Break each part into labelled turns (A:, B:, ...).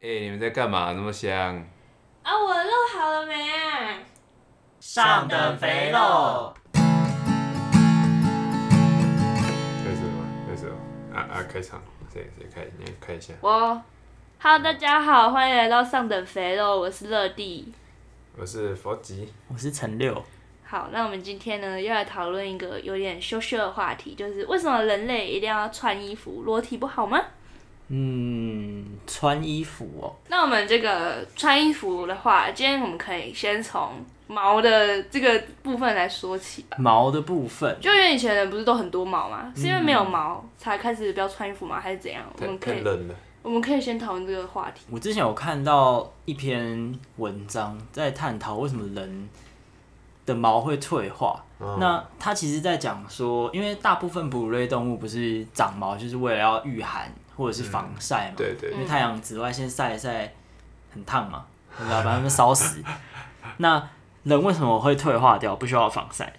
A: 哎、你们在干嘛？那么香？
B: 啊，我的肉好了没啊？
C: 上等肥肉，
A: 开始了吗？开始了。啊啊，开场，谁谁开？你开一下。
B: 我，Hello，大家好，欢迎来到上等肥肉，我是乐蒂。
A: 我是佛吉。
C: 我是陈六，
B: 好，那我们今天呢，要来讨论一个有点羞羞的话题，就是为什么人类一定要穿衣服？裸体不好吗？
C: 嗯，穿衣服哦，
B: 那我们这个穿衣服的话，今天我们可以先从毛的这个部分来说起吧。
C: 毛的部分，
B: 就因为以前人不是都很多毛吗？是因为没有毛才开始不要穿衣服吗？还是怎样？我
A: 太
B: 们可
A: 太
B: 以，
A: 冷了。
B: 我们可以先讨论这个话题。
C: 我之前有看到一篇文章在探讨为什么人的毛会退化。
A: 嗯
C: 那他其实在讲说，因为大部分哺乳类动物不是长毛就是为了要御寒或者是防晒嘛，
A: 对对
C: 因为太阳紫外线晒一晒很烫嘛，对吧？把它们烧死。 那人为什么会退化掉，不需要防晒？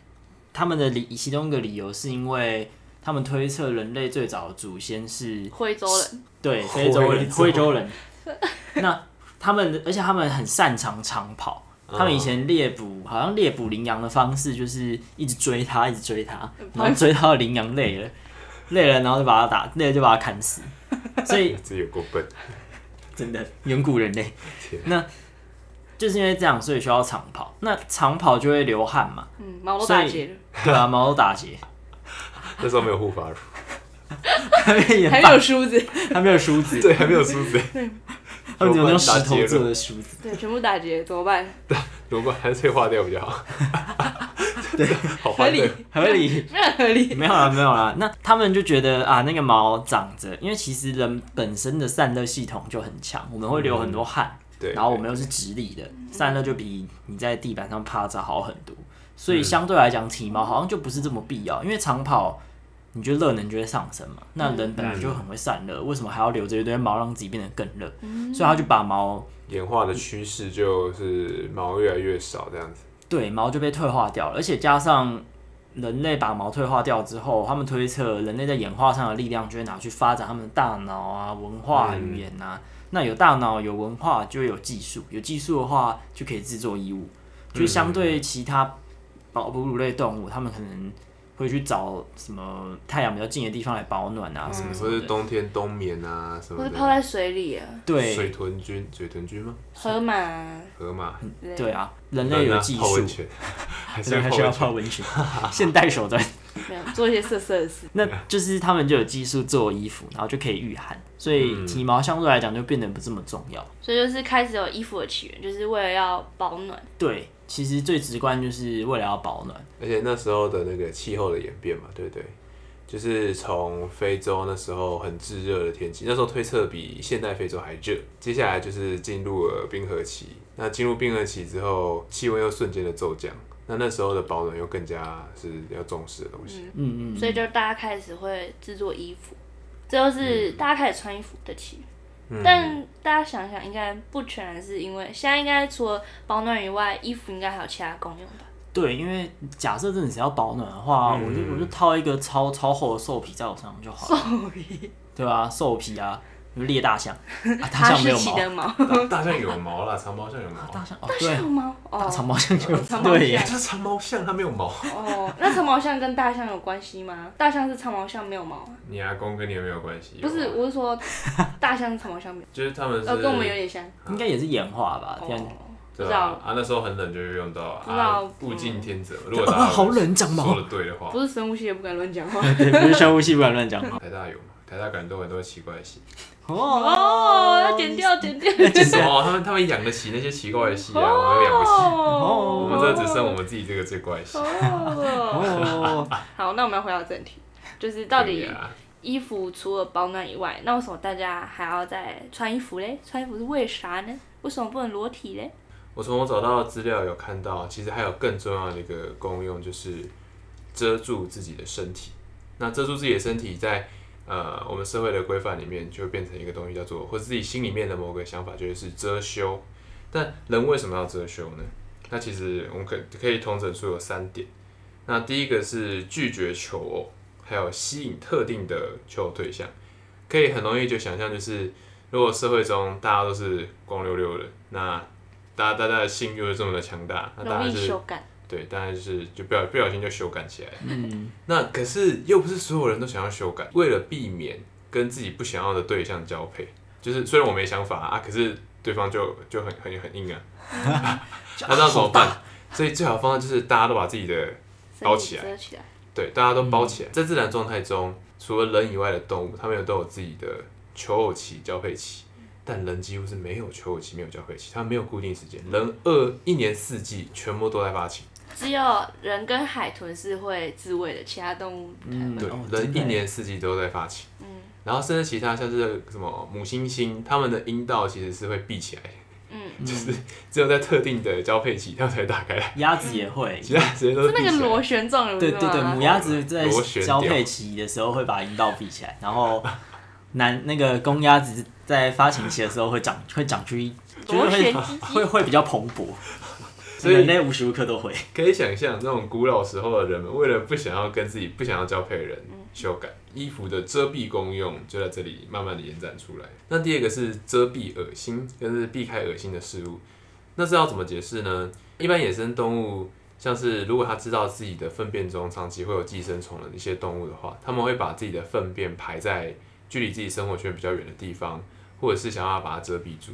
C: 他们的理其中一个理由是因为他们推测人类最早的祖先是
B: 徽州人，
C: 对
A: 徽
C: 非
A: 州
C: 洲
A: 人
C: 人、非洲人。那他们，而且他们很擅长长跑。他们以前猎捕，好像猎捕羚羊的方式就是一直追它，一直追它，然后追到羚羊累了，累了然后就把它打，累了就把它砍死。所以
A: 哎自己有够笨。
C: 真的远古人类
A: 天。
C: 那就是因为这样，所以需要长跑。那长跑就会流汗嘛，
B: 嗯，毛都大结了，
C: 对啊，毛都打结，
A: 那时候没有护发乳，
C: 他们 也
B: 还
C: 棒
B: 没有梳子，
C: 他没有梳子，
A: 对，还没有 梳子。
C: 他们只能用石
A: 打结
C: 头
A: 了
C: 做的梳子。
B: 对，全部打结怎么 办？
A: 如果还是退化掉比较好。对， 好
B: 合
A: 欢
B: 理
A: 乐。，
C: 合理，
B: 非常合理。
C: 没有啦，没有啦。那他们就觉得啊，那个毛长着，因为其实人本身的散热系统就很强，我们会流很多汗，
A: 对，
C: 然后我们又是直立的，散热就比你在地板上趴着好很多。所
A: 嗯
C: 以相对来讲，体毛好像就不是这么必要，因为长跑，你觉得热能就会上升嘛，那人本来就
A: 嗯
C: 很会散热，为什么还要留着一堆毛让自己变得更热？所以他就把毛
A: 演化的趋势就是毛越来越少这样子。
C: 对，毛就被退化掉了，而且加上人类把毛退化掉之后，他们推测人类在演化上的力量就会拿去发展他们的大脑啊、文化、
A: 嗯
C: 语言啊。那有大脑、有文化，就会有技术，有技术的话就可以制作衣物。
A: 嗯
C: 就是相对其他保哺乳类动物，他们可能会去找什么太阳比较近的地方来保暖啊，什么
A: 嗯，
C: 什
A: 或
C: 么
A: 是
C: 的。
A: 冬天冬眠啊什么
B: 或是泡
A: 的。
B: 在水里啊，
C: 对
A: 水豚菌，水豚菌吗？
B: 河马啊
A: 河马。
B: 之类的
C: 对，啊，人类有技
A: 泡
C: 术
A: 温，泉， 还是
C: 人类还需要泡
A: 温
C: 温泉，现代手段。
B: 没有做一些色色的事。
C: 那就是他们就有技术做衣服，然后就可以御寒，所以
B: 嗯
C: 体毛相对来讲就变得不这么重要。
B: 所以就是开始有衣服的起源，就是为了要保暖。
C: 对，其实最直观就是为了要保暖，
A: 而且那时候的那个气候的演变嘛，对不对？就是从非洲那时候很炙热的天气，那时候推测比现代非洲还热。接下来就是进入了冰河期，那进入冰河期之后，气温又瞬间的骤降，那那时候的保暖又更加是要重视的东西。
C: 嗯嗯，
B: 所以就大家开始会制作衣服，这就是
C: 嗯
B: 大家开始穿衣服的起源。
A: 嗯
B: 但大家想想，应该不全然是因为现在应该除了保暖以外，衣服应该还有其他功用吧？
C: 对，因为假设真的是要保暖的话，
A: 嗯
C: 我就我就套一个超超厚的兽皮在我身上就好了，
B: 兽皮，
C: 对啊，兽皮啊，比如猎大象，啊、大
B: 哈
C: 象没
B: 士
C: 有
B: 奇
C: 毛，
B: 的毛，
A: 大大象有毛啦，长毛象有毛。
C: 大象哦
B: 大
C: 对
B: 象有， 毛
C: 大长
B: 哦
C: 毛象就有
B: 长毛
C: 对耶
B: 象，
A: 它长毛象它没有毛，
B: 哦，那长毛象跟大象有关系吗？大象是长毛象没有毛啊，
A: 你阿公跟你有没有关系？
B: 不是，
A: 有啊，
B: 我是说大象是长毛象没有，
A: 就是他们是
B: 呃，跟我们有点像。
C: 应该也是演化吧，这样
B: 哦，不
A: 对
B: 知
A: 啊
B: 道，
A: 啊，那时候很冷就会用到
B: 不知道嗯
A: 啊，物竞天择。如
C: 对
A: 果
C: 啊
A: 大家
C: 好冷长毛
A: 说的对的话，
B: 不是生物系也不敢乱 讲话。
C: 对，不是生物系不敢乱讲话
A: 台大有嘛？台大感觉都有很多奇怪的 戏。
B: 哦，要剪掉，剪掉。
A: 什么？他们他们养得起那些奇怪的戏啊，我们养不起。
B: 哦
A: 我们这只剩我们自己这个最怪的戏。
B: 哦。
C: 哦，
B: 好，那我们要回到正题，就是到
A: 对
B: 底
A: 啊
B: 衣服除了保暖以外，那为什么大家还要再穿衣服嘞？穿衣服是为啥呢？为什么不能裸体嘞？
A: 我从我找到的资料有看到，其实还有更重要的一个功用，就是遮住自己的身体。那遮住自己的身体在，呃我们社会的规范里面，就会变成一个东西叫做，或者自己心里面的某个想法，就是遮羞。但人为什么要遮羞呢？那其实我们可可以统整出有三点。那第一个是拒绝求偶，还有吸引特定的求偶对象，可以很容易就想象就是。如如果社会中大家都是光溜溜的，那大家大家的性又是这么的强啊大，那当
B: 容
A: 然
B: 易
A: 是
B: 修改。
A: 对，当然是就不要不小心就修改起来了。
C: 嗯，
A: 那可是又不是所有人都想要修改，为了避免跟自己不想要的对象交配，就是虽然我没想法啊，可是对方就就很很很硬啊， 那这样怎么办？所以最好的方法就是大家都把自己的包起来
B: 遮起来。
A: 对，大家都包起来。在自然状态中，除了人以外的动物，它们都有自己的求偶期、交配期，但人几乎是没有求偶期、没有交配期，它没有固定时间。人二一年四季全部都在发情，
B: 只有人跟海豚是会自卫的，其他动物不太
C: 嗯
B: 会。
A: 对
C: 哦，真
A: 人
C: 的
A: 一
C: 耶
A: 年四季都在发情。
B: 嗯
A: 然后甚至其他像是什么母猩猩，它们的阴道其实是会闭起来，
B: 嗯，
A: 就是只有在特定的交配期它们才会打开来，
C: 鸭子也会，
A: 其啊他时间都
B: 是
A: 是闭
B: 那
A: 起
B: 个
A: 来。
B: 螺旋状的，
C: 对对对，母鸭子在
A: 螺旋
C: 交
A: 掉
C: 配期的时候会把阴道闭起来，然后男那个公鸭子在发情期的时候会长 会长出一，就
B: 螺
C: 是会
B: 旋鸡鸡
C: 会会比较蓬勃，
A: 所以
C: 人类无时无刻都会。
A: 可以想象，那种古老时候的人们，为了不想要跟自己不想要交配的人修改衣服的遮蔽功用，就在这里慢慢的延展出来。那第二个是遮蔽恶心，就是避开恶心的事物。那这要怎么解释呢？一般野生动物，像是如果它知道自己的粪便中长期会有寄生虫的一些动物的话，它们会把自己的粪便排在距离自己生活圈比较远的地方，或者是想要把它遮蔽住。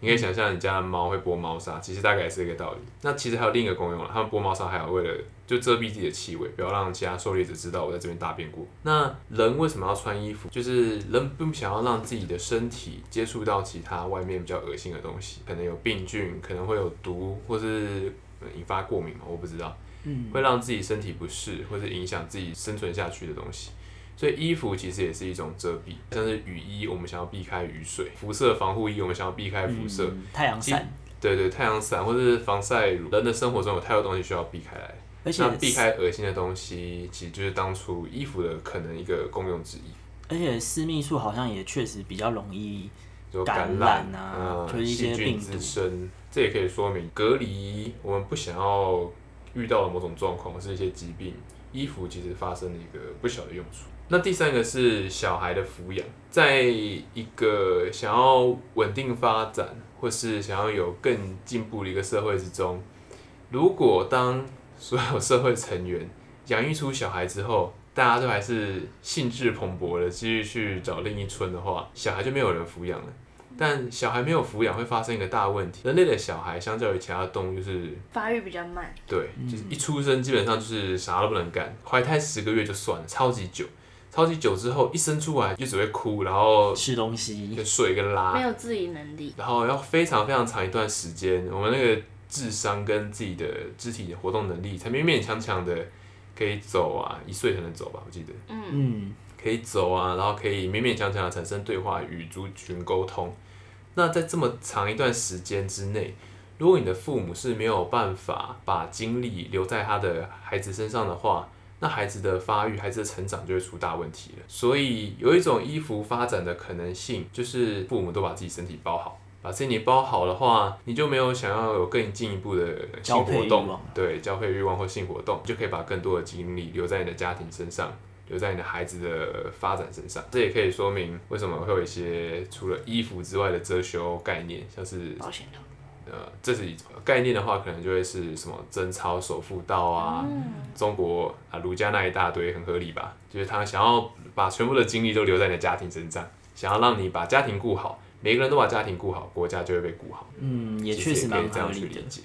A: 你可以想象你家的猫会播猫砂，其实大概也是这个道理。那其实还有另一个功用了，它们播猫砂还有为了就遮蔽自己的气味，不要让其他狩猎者知道我在这边大便过。那人为什么要穿衣服？就是人并不想要让自己的身体接触到其他外面比较恶心的东西，可能有病菌，可能会有毒，或是呃引发过敏嘛，我不知道，
C: 嗯，
A: 会让自己身体不适，或是影响自己生存下去的东西。所以衣服其实也是一种遮蔽，像是雨衣，我们想要避开雨水；辐射防护衣，我们想要避开辐射。
C: 嗯太阳伞，
A: 对对，太阳伞或者是防晒乳，人的生活中有太多东西需要避开来。
C: 而且
A: 那避开恶心的东西，其实就是当初衣服的可能一个功用之一，
C: 而且私密处好像也确实比较容易，
A: 就感
C: 感染
A: 染
C: 啊就是
A: 嗯，
C: 一些
A: 细
C: 病
A: 菌
C: 毒
A: 滋生。这也可以说明隔离，我们不想要遇到的某种状况，或是一些疾病，衣服其实发生了一个不小的用处。那第三个是小孩的抚养，在一个想要稳定发展，或是想要有更进步的一个社会之中，如果当所有社会成员养育出小孩之后，大家都还是兴致蓬勃的继续去找另一村的话，小孩就没有人抚养了。但小孩没有抚养会发生一个大问题，人类的小孩相较于其他动物就是
B: 发育比较慢，
A: 对，就是一出生基本上就是啥都不能干，怀胎十个月就算了，超级久，超级久之后一生出来就只会哭，然后
C: 吃东西，
A: 跟睡跟
C: 啊
A: 拉，
B: 没有自理能力。
A: 然后要非常非常长一段时间，我们那个智商跟自己的肢体的活动能力才勉勉强强的可以走啊，一岁才能走吧，我记得
B: 嗯，
C: 嗯，
A: 可以走啊，然后可以勉勉强强的产生对话与族群沟通。那在这么长一段时间之内，如果你的父母是没有办法把精力留在他的孩子身上的话，那孩子的发育、孩子的成长就会出大问题了。所以有一种衣服发展的可能性，就是父母都把自己身体包好。把身体包好的话，你就没有想要有更进一步的性
C: 交配
A: 活
C: 欲
A: 动
C: 望，
A: 对交配欲望或性活动，你就可以把更多的精力留在你的家庭身上，留在你的孩子的发展身上。这也可以说明为什么会有一些除了衣服之外的遮羞概念，像是
B: 保险套。
A: 呃，这是一种概念的话，可能就会是什么贞操守妇道啊，中国啊儒家那一大堆，很合理吧？就是他想要把全部的精力都留在你的家庭身上，想要让你把家庭顾好，每个人都把家庭顾好，国家就会被顾好。
C: 嗯，也
A: 其
C: 确实
A: 可以
C: 蛮
A: 这
C: 合
A: 样去
C: 理的
A: 理。解。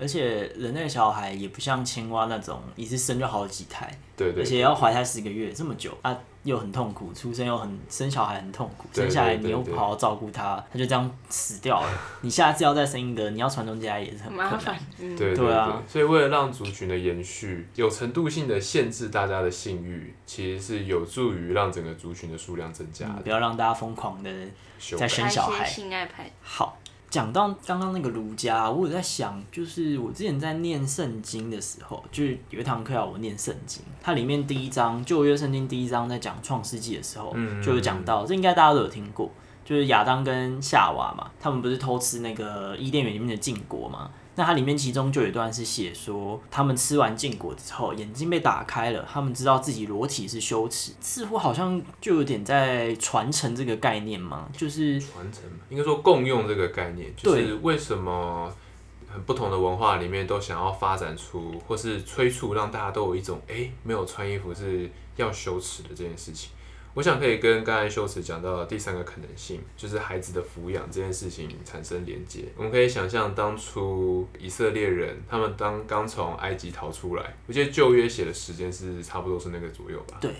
C: 而且人类小孩也不像青蛙那种一次生就好几胎，
A: 对对
C: 而且要怀胎十个月这么久啊，又很痛苦，出生又很生小孩很痛苦，
A: 对
C: 生下来
A: 对
C: 你又
A: 对
C: 不好好照顾他，他就这样死掉了。你下次要再生一个，你要传宗接代也 是很
B: 麻
C: 困难。
B: 烦，嗯，
A: 对
C: 对啊
A: 所以为了让族群的延续，有程度性的限制大家的性欲，其实是有助于让整个族群的数量增加
C: 嗯
A: 的。
C: 不要让大家疯狂的
A: 修
C: 在生小
B: 拍一
C: 孩
B: 些。性爱拍，
C: 好，讲到刚刚那个儒家，我有在想，就是我之前在念圣经的时候，就是有一堂课要我念圣经，它里面第一章旧约圣经第一章在讲创世纪的时候，
A: 嗯
C: 就有讲到，这应该大家都有听过，就是亚当跟夏娃嘛，他们不是偷吃那个伊甸园里面的禁果嘛？那它里面其中就有一段是写说，他们吃完禁果之后，眼睛被打开了，他们知道自己裸体是羞耻，似乎好像就有点在传承这个概念嘛，就是
A: 传承嘛，应该说共用这个概念，就是为什么很不同的文化里面都想要发展出或是催促让大家都有一种哎、诶没有穿衣服是要羞耻的这件事情。我想可以跟刚才羞耻讲到的第三个可能性，就是孩子的抚养这件事情产生连接。我们可以想象当初以色列人他们当刚从埃及逃出来，我记得旧约写的时间是差不多是那个左右吧。
C: 对，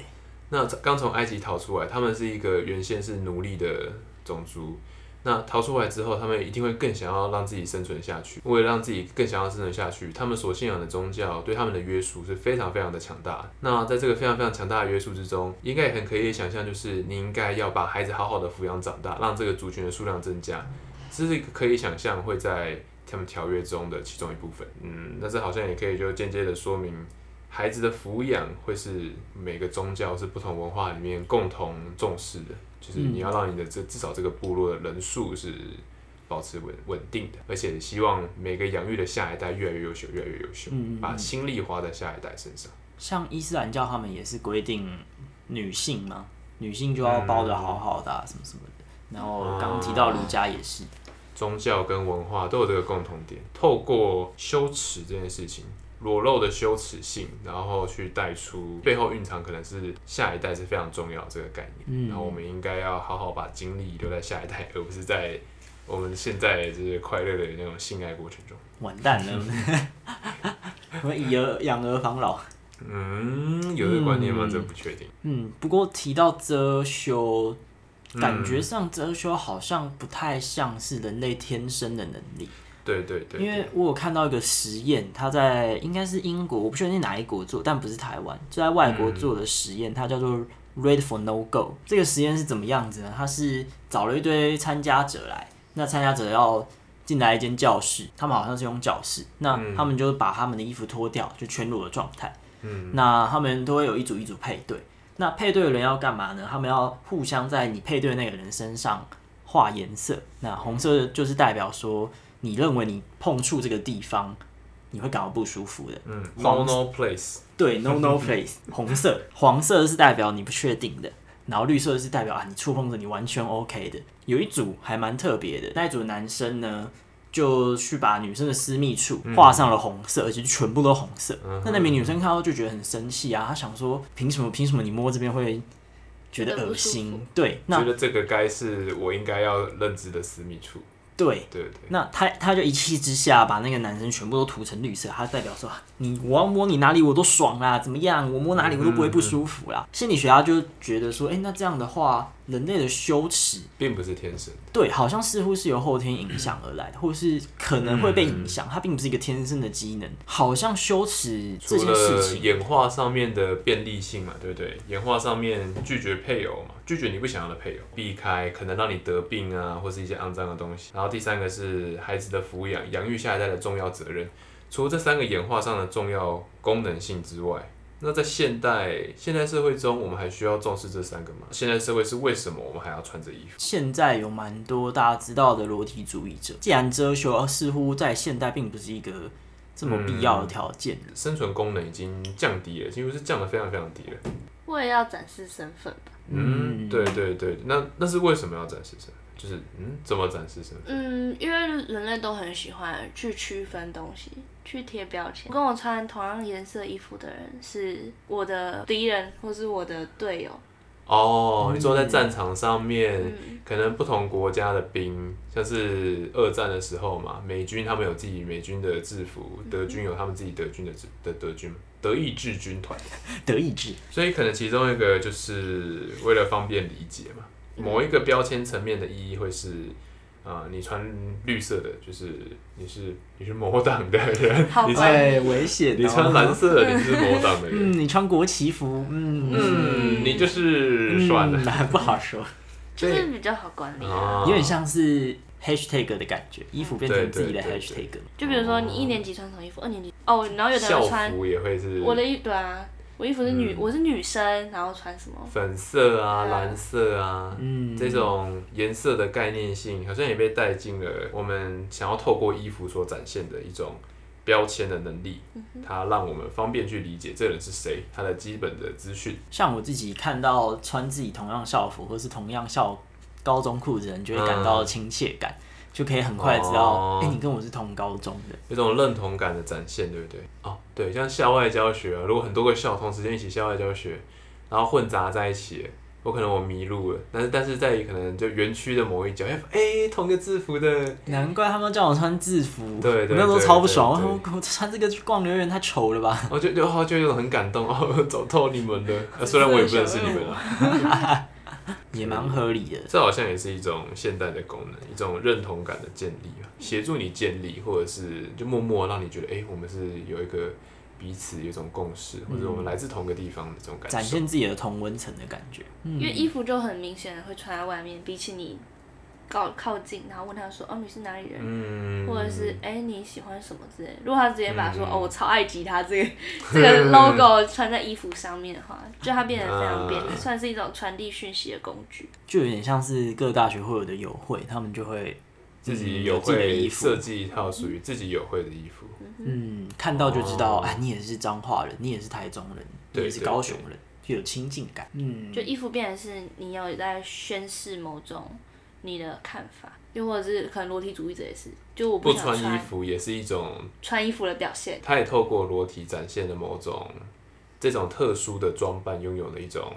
A: 那刚从埃及逃出来，他们是一个原先是奴隶的种族。那逃出来之后，他们一定会更想要让自己生存下去。为了让自己更想要生存下去，他们所信仰的宗教对他们的约束是非常非常的强大的。那在这个非常非常强大的约束之中，应该也很可以想象，就是你应该要把孩子好好的抚养长大，让这个族群的数量增加，这是可以想象会在他们条约中的其中一部分。嗯，那这好像也可以就间接的说明孩子的抚养会是每个宗教是不同文化里面共同重视的，就是
C: 嗯
A: 你要让你的这至少这个部落的人数是保持稳稳定的，而且希望每个养育的下一代越来越优秀，越来越优秀，
C: 嗯嗯
A: 把心力花在下一代身上。
C: 像伊斯兰教他们也是规定女性嘛，女性就要包的好好的、啊，什么什么的。然后刚刚提到儒家也是，
A: 宗教跟文化都有这个共同点，透过羞耻这件事情，裸露的羞耻性，然后去带出背后蕴藏可能是下一代是非常重要的这个概念。
C: 嗯
A: 然后我们应该要好好把精力留在下一代，而不是在我们现在就是快乐的那种性爱过程中。
C: 完蛋了， 我们以儿养儿防老。
A: 嗯，有这个观念吗？
C: 嗯
A: 这不确定。
C: 嗯，不过提到遮羞，
A: 嗯
C: 感觉上遮羞好像不太像是人类天生的能力，
A: 对对对，
C: 因为我有看到一个实验，它在应该是英国，我不确定哪一国做，但不是台湾，就在外国做的实验，它叫做 “Read for No Go”。这个实验是怎么样子呢？它是找了一堆参加者来，那参加者要进来一间教室，他们好像是用教室，那他们就把他们的衣服脱掉，就全裸的状态。
A: 嗯，
C: 那他们都会有一组一组配对。那配对的人要干嘛呢？他们要互相在你配对的那个人身上画颜色。那红色就是代表说你认为你碰触这个地方你会感到不舒服的。
A: 嗯，no
C: 黄
A: no place，
C: 对，no no place。红 色，黄色是代表你不确定的，然后绿色是代表啊你触碰着你完全 OK 的。有一组还蛮特别的，那一组男生呢，就去把女生的私密处画上了红色，而且全部都红色。
A: 嗯
C: 那那名女生看到就觉得很生气啊，她想说凭什么凭什么你摸这边会觉
B: 觉得
C: 得
B: 不
C: 恶
B: 舒服
C: 心？对，
A: 觉
C: 那
A: 得这个该是我应该要认知的私密处。
C: 对。
A: 对对
C: 那她她就一气之下把那个男生全部都涂成绿色，她代表说啊你我要摸你哪里我都爽啦，怎么样？我摸哪里我都不会不舒
A: 嗯
C: 服啦。心理学家就觉得说，哎、那这样的话，人类的羞耻
A: 并不是天生。
C: 对，好像似乎是由后天影响而来的，或是可能会被影响，
A: 嗯
C: 它并不是一个天生的机能。好像羞耻
A: 除
C: 这件事
A: 了
C: 情，
A: 演化上面的便利性嘛，对不对？演化上面拒绝配偶嘛，拒绝你不想要的配偶，避开可能让你得病啊，或是一些肮脏的东西。然后第三个是孩子的抚养，养育下一代的重要责任。除了这三个演化上的重要功能性之外，那在现代现代社会中，我们还需要重视这三个吗？现代社会是为什么我们还要穿着衣服？
C: 现在有蛮多大家知道的裸体主义者，既然遮羞，呃似乎在现代并不是一个这么必要的
A: 嗯
C: 条件。
A: 生存功能已经降低了，几乎是降得非常非常低了。
B: 我也要展示身份吧。
A: 嗯，对对对，那那是为什么要展示身份？就是嗯，怎么展示身份？
B: 嗯，因为人类都很喜欢去区分东西，去贴标签。跟我穿同样颜色衣服的人是我的敌人，或是我的队友。
A: 哦，你说在战场上
C: 呃
A: 面，
B: 嗯
A: 可能不同国家的兵，像是二战的时候嘛，美军他们有自己美军的制服，德军有他们自己德军的制的德军德意志军团，
C: 德意志，
A: 所以可能其中一个就是为了方便理解嘛，某一个标签层面的意义会是。啊、你穿绿色的，就是你是你是某党的人，
B: 好
A: 你
B: 吧
A: 穿
C: 哎，危险、
A: 你穿蓝，色的，你是某党的人，
C: 嗯，你穿国旗服，嗯
A: 嗯，你就是啊
C: 嗯，
A: 算了，
C: 不 好说，
B: 就是比较好管理啊。
A: 啊
C: 有点像是 hashtag 的感觉，衣服变成自己的
A: 对对
C: hashtag。
B: 就比如说你一年级穿什么衣服，二年级哦，然后有的人
A: 校
B: 穿
A: 服也会是
B: 我的衣，对啊，我衣服是
C: 嗯
B: 女，我是女生，然后穿什么？
A: 粉色啊、
B: 嗯
A: 蓝色啊，
C: 嗯
A: 这种颜色的概念性，好像也被带进了我们想要透过衣服所展现的一种标签的能力。
B: 嗯
A: 它让我们方便去理解这个人是谁，他的基本的资讯。
C: 像我自己看到穿自己同样校服或是同样校高中裤子的人，就会感到亲切感，就可以很快知道
A: 嗯哦，
C: 哎、你跟我是同高中的。
A: 有种认同感的展现，对不对？哦，对，像校外教学啊，如果很多个校同时间一起校外教学，然后混杂在一起，我可能我迷路了，但是但是在可能就园区的某一角，哎、哎同个制服的，
C: 难怪他们叫我穿制服，
A: 对对
C: 我那时候超不爽，我
A: 对对
C: 说我穿这个去逛游乐园太丑了吧？
A: 哦我就就好就有种很感动哦，走透你们了、啊虽然我也不认识你们啊，
C: 也蛮合理的。
A: 这好像也是一种现代的功能，一种认同感的建立啊，协助你建立，或者是就默默让你觉得，哎、我们是有一个彼此有一种共识，或者我们来自同个地方的这种感
C: 展
A: 受。
C: 现自己的同温层的感觉，
A: 嗯
B: 因为衣服就很明显的会穿在外面，比起你靠靠近，然后问他说：“哦，你是哪里人？”
A: 嗯，
B: 或者是哎、你喜欢什么之类的。如果他直接把说、
A: 嗯
B: 哦，我超爱吉他 这个这个 logo 穿在衣服上面的话，就它变得非常便利，
A: 啊
B: 算是一种传递讯息的工具。
C: 就有点像是各大学会有的友会，他们就会
A: 自己
C: 嗯
A: 有
C: 有自己的
A: 会
C: 衣服
A: 设计一套属于自己有会的衣服，
C: 嗯看到就知
A: 哦
C: 道，哎、你也是彰化人，你也是台中人，
A: 对
C: 你也是
A: 对
C: 高雄人，就有亲近感。嗯，
B: 就衣服变成是你有在宣示某种你的看法，又或者是可能裸体主义者也是，就我
A: 不
B: 想
A: 穿
B: 穿
A: 衣服也是一种，
B: 穿衣服的表现。
A: 它也透过裸体展现了某种这种特殊的装扮拥有的一种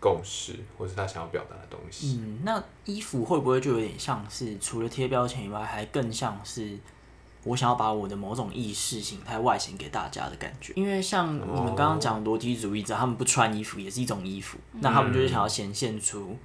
A: 共识，或是他想要表达的东西。
C: 嗯，那衣服会不会就有点像是除了贴标签以外，还更像是我想要把我的某种意识形态外显给大家的感觉？因为像你们刚刚
A: 哦
C: 讲裸体主义者，他们不穿衣服也是一种衣服，那他
A: 嗯
C: 们就是想要显现出，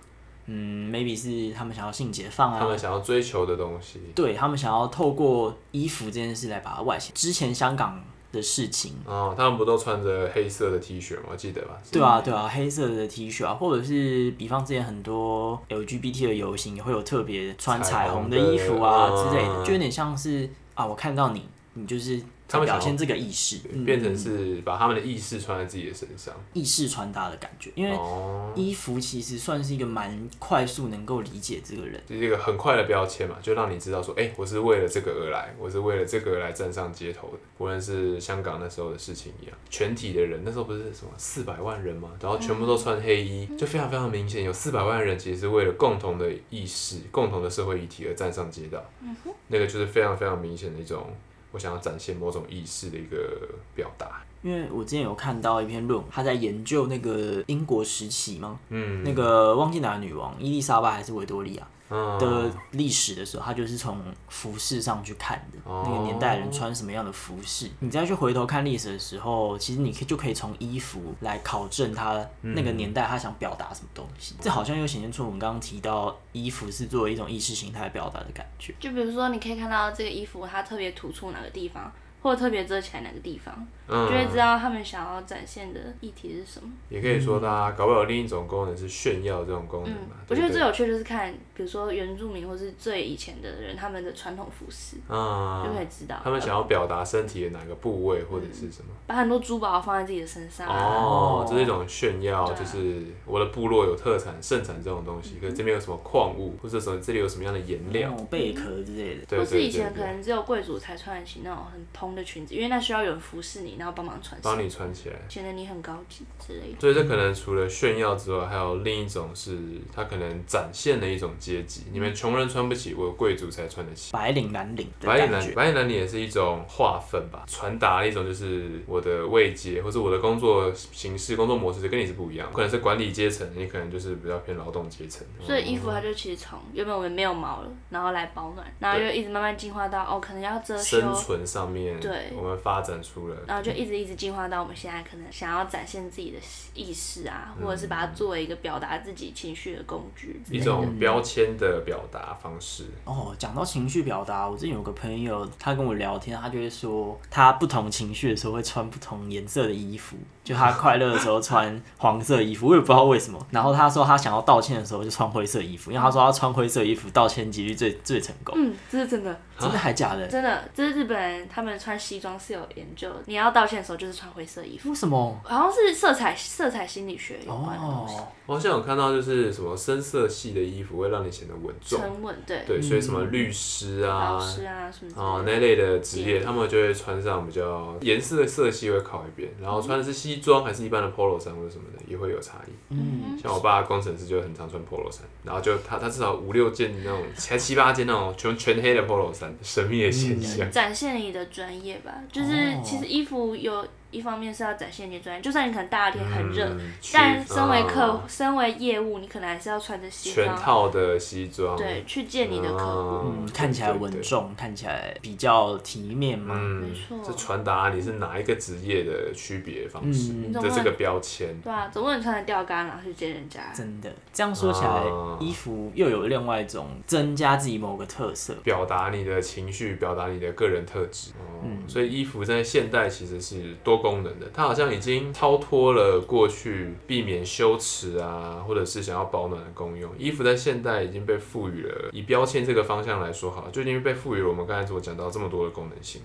C: 嗯，maybe 是他们想要性解放
A: 他
C: 啊。
A: 们想要追求的东西，
C: 对他们想要透过衣服这件事来把它外显。之前香港的事情，
A: 哦，他们不都穿着黑色的 T 恤吗？我记得吧？
C: 对啊，对啊，黑色的 T 恤啊，或者是比方之前很多 LGBT 的游行也会有特别穿彩虹的衣服啊
A: 彩虹的
C: 之类
A: 嗯
C: 的，就有点像是啊，我看到你，你就是
A: 他们想要
C: 表现这个意识，嗯
A: 变成是把他们的意识穿在自己的身上。
C: 意识穿搭的感觉，因为
A: 哦，
C: 衣服其实算是一个蛮快速能够理解这个人。
A: 就是一个很快的标签嘛，就让你知道说，哎、我是为了这个而来，我是为了这个而来站上街头的。无论是香港那时候的事情一样，全体的人那时候不是什么四百万人嘛，然后全部都穿黑衣，
B: 嗯
A: 就非常非常明显，有四百万人其实是为了共同的意识、共同的社会议题而站上街道。
B: 嗯
A: 那个就是非常非常明显的一种，我想要展现某种意识的一个表达。
C: 因为我之前有看到一篇论文，他在研究那个英国时期嘛，
A: 嗯
C: 那个忘记哪个女王伊丽莎白还是维多利亚，
A: 嗯，
C: 的历史的时候，他就是从服饰上去看的，
A: 哦
C: 那个年代人穿什么样的服饰。你再去回头看历史的时候，其实你可以就可以从衣服来考证他
A: 嗯
C: 那个年代他想表达什么东
A: 哦
C: 西。这好像又显现出我们刚刚提到衣服是作为一种意识形态表达的感觉。
B: 就比如说，你可以看到这个衣服它特别突出哪个地方，或者特别遮起来哪个地方，
A: 嗯
B: 就会知道他们想要展现的议题是什么。
A: 也可以说它搞不好另一种功能是炫耀这种功能
B: 嗯
A: 嘛。，
B: 我
A: 对
B: 觉得
A: 不
B: 最
A: 对
B: 有趣就是看，比如说原住民或是最以前的人他们的传统服饰，
A: 嗯
B: 就可以知道
A: 他们想要表达身体的哪个部位或者是什么。
B: 把很多珠宝放在自己的身上啊，
A: 哦
C: 哦，
A: 这是一种炫耀，
B: 对啊嗯
A: 就是我的部落有特产、盛产这种东西，可是这边有什么矿物，或者什么这里有什么样的颜料嗯
C: 那，种贝壳之类的，
A: 对对
B: 或是
A: 对
B: 以前
A: 对，
B: 可能只有贵族才穿得起那种很蓬的裙子，因为那需要有人服侍你，然后帮忙穿上，
A: 帮你哦穿起来。
B: 显得你很高级之类的。
A: 所以这可能除了炫耀之外，还有另一种是它可能展现了一种阶级，你
B: 嗯
A: 们穷人穿不起，我贵族才穿得起。
C: 白领蓝领的
A: 白领
C: 感
A: 蓝
C: 觉。
A: 白领蓝领也是一种划分吧，传达了一种就是我的位阶或者我的工作形式、工作模式跟你是不一样，可能是管理阶层，你可能就是比较偏劳动阶层。
B: 所以衣服它就其实从原本我们没有毛了，然后来保暖，然后就一直慢慢进化到哦，可能要遮羞，
A: 生存上面，
B: 对
A: 我们发展出了
B: 然后就一直一直进化到我们现在可能想要展现自己的意识啊，或者是把它作为一个表达自己情绪的工具之
A: 一
B: 类的。
A: 种标签的表达方式。
C: 哦，讲到情绪表达，我之前有个朋友，他跟我聊天，他就会说，他不同情绪的时候会穿不同颜色的衣服，就他快乐的时候穿黄色衣服，我也不知道为什么。然后他说他想要道歉的时候就穿灰色衣服，因为他说他穿灰色衣服道歉几率最最成功，
B: 嗯，这是真的，
C: 真的还假的？
B: 真的，这是日本人他们穿穿西装是有研究的，你要道歉的时候就是穿灰色衣服，
C: 为什么？
B: 好像是色彩色彩心理学有关的东西，
C: 哦，
A: 我好像有看到就是什么深色系的衣服会让你显得稳重，
B: 沉稳对，
A: 对，
C: 嗯
A: 所以什么律师啊
B: 老。师啊什么之
A: 哦，
B: 类的。
A: 那类的职业，他们就会穿上比较颜色的色系会靠一边，然后穿的是西装还是一般的 polo 衫或者什么的，也会有差异。
C: 嗯，
A: 像我爸工程师就很常穿 polo 衫，然后就他他至少五六件那种，才七八件那种全全黑的 polo 衫，神秘的现象。
B: 展现你的专业吧，就是
C: 哦
B: 其实衣服有一方面是要展现你的专业，就算你可能大天很热，
A: 嗯
B: 但
A: 去
B: 身为客、
A: 啊
B: 户，身为业务，你可能还是要穿着西
A: 全
B: 装，啊
A: 套的西装，啊
B: 对，去见你的客户。
A: 嗯
C: 嗯，看起来稳，重，看起来比较体面
A: 对对对
C: 嘛。
A: 嗯
B: 没，错
A: 这传达你是哪一个职业的区别方式
C: 嗯
A: 的这个标签，
B: 对啊，总不能穿着吊杆然后去见人家。
C: 真的，这样说起来
A: 啊，
C: 衣服又有另外一种增加自己某个特色。
A: 表达你的情绪，表达你的个人特质。哦
C: 嗯
A: 所以衣服在现代其实是多功能的，它好像已经超脱了过去避免羞耻啊，或者是想要保暖的功用。衣服在现代已经被赋予了，以标签这个方向来说好了，就已经被赋予了我们刚才所讲到这么多的功能性。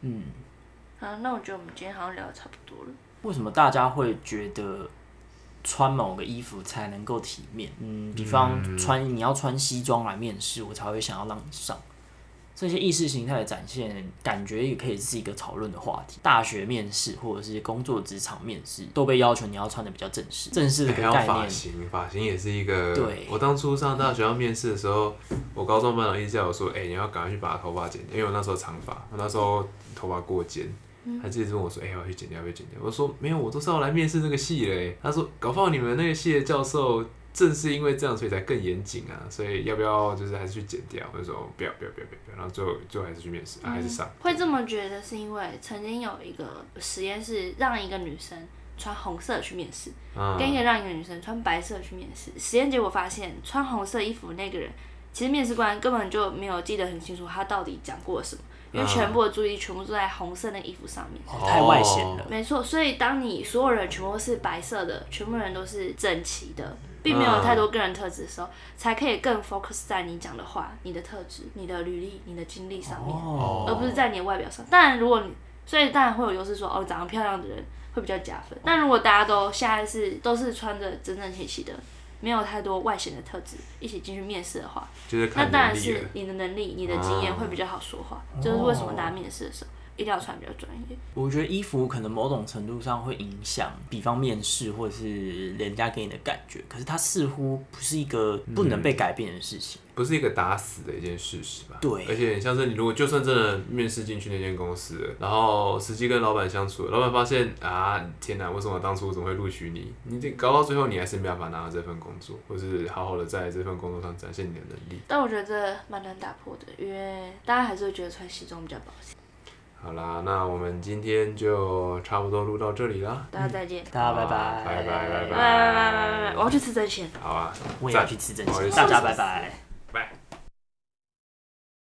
C: 嗯，
B: 啊，那我觉得我们今天好像聊的差不多了。
C: 为什么大家会觉得穿某个衣服才能够体面？嗯，比方穿、你要穿西装来面试，我才会想要让你上。这些意识形态的展现，感觉也可以是一个讨论的话题。大学面试或者是工作职场面试，都被要求你要穿的比较正式，正式的
A: 哎还
C: 这
A: 有
C: 个概
A: 发
C: 念。
A: 型，发型也是一个。
C: 对
A: 我当初上大学要面试的时候，我高中班长一直叫我说：“哎、你要赶快去把头发剪掉，因为我那时候长发，我那时候头发过尖。”
B: 嗯
A: 他就一直问我说：“哎、我要去剪掉，要不要剪掉？”我说：“没有，我都是要来面试这个系的、欸。”他说：“搞不好你们那个系的教授正是因为这样，所以才更严谨啊。所以要不要就是还是去剪掉？”我就说：“哦不要，不要，不要，不要。不要”然后最后最后还是去面试、啊，还是上。
B: 会这么觉得是因为曾经有一个实验是让一个女生穿红色去面试，
A: 嗯
B: 跟一个让一个女生穿白色去面试。实验结果发现，穿红色衣服的那个人，其实面试官根本就没有记得很清楚他到底讲过什么，因为全部的注意全部都在红色那个衣服上面。
C: 哦太外显了。
B: 没错，所以当你所有人全部都是白色的，全部人都是整齐的，并没有太多个人特质的时候，才可以更 focus 在你讲的话、你的特质、你的履历、你的经历上面，
C: 哦
B: 而不是在你的外表上。当然，如果你所以当然会有优势说，哦，长得漂亮的人会比较加分。但如果大家都现在是都是穿着整整齐齐的，没有太多外显的特质，一起进去面试的话，
A: 就是
B: 那
A: 看
B: 当然
A: 能力
B: 是
A: 了。
B: 你的能力、你的经验会比较好说话。就是为什么大家面试的时候一定要穿比较专业。
C: 我觉得衣服可能某种程度上会影响，比方面试或者是人家给你的感觉，可是它似乎不是一个不能被改变的事情。
A: 不是一个打死的一件事实吧？
C: 对
A: 而且像是你如果就算真的面试进去那间公司了，然后实际跟老板相处了，老板发现啊，天哪，为什么当初怎么会录取你？你这搞到最后，你还是没办法拿到这份工作，或是好好的在这份工作上展现你的能力。
B: 但我觉得这蛮难打破的，因为大家还是会觉得穿西装比较保险。
A: 好啦，那我们今天就差不多录到这里啦，
B: 大家再见，拜
C: 大家拜
A: 拜拜拜
B: 拜拜拜拜拜拜，我要去吃真鲜。
A: 好啊，
C: 我也要
A: 赞
C: 去吃正
A: 不好意
C: 鲜，
A: 思
C: 大家拜拜。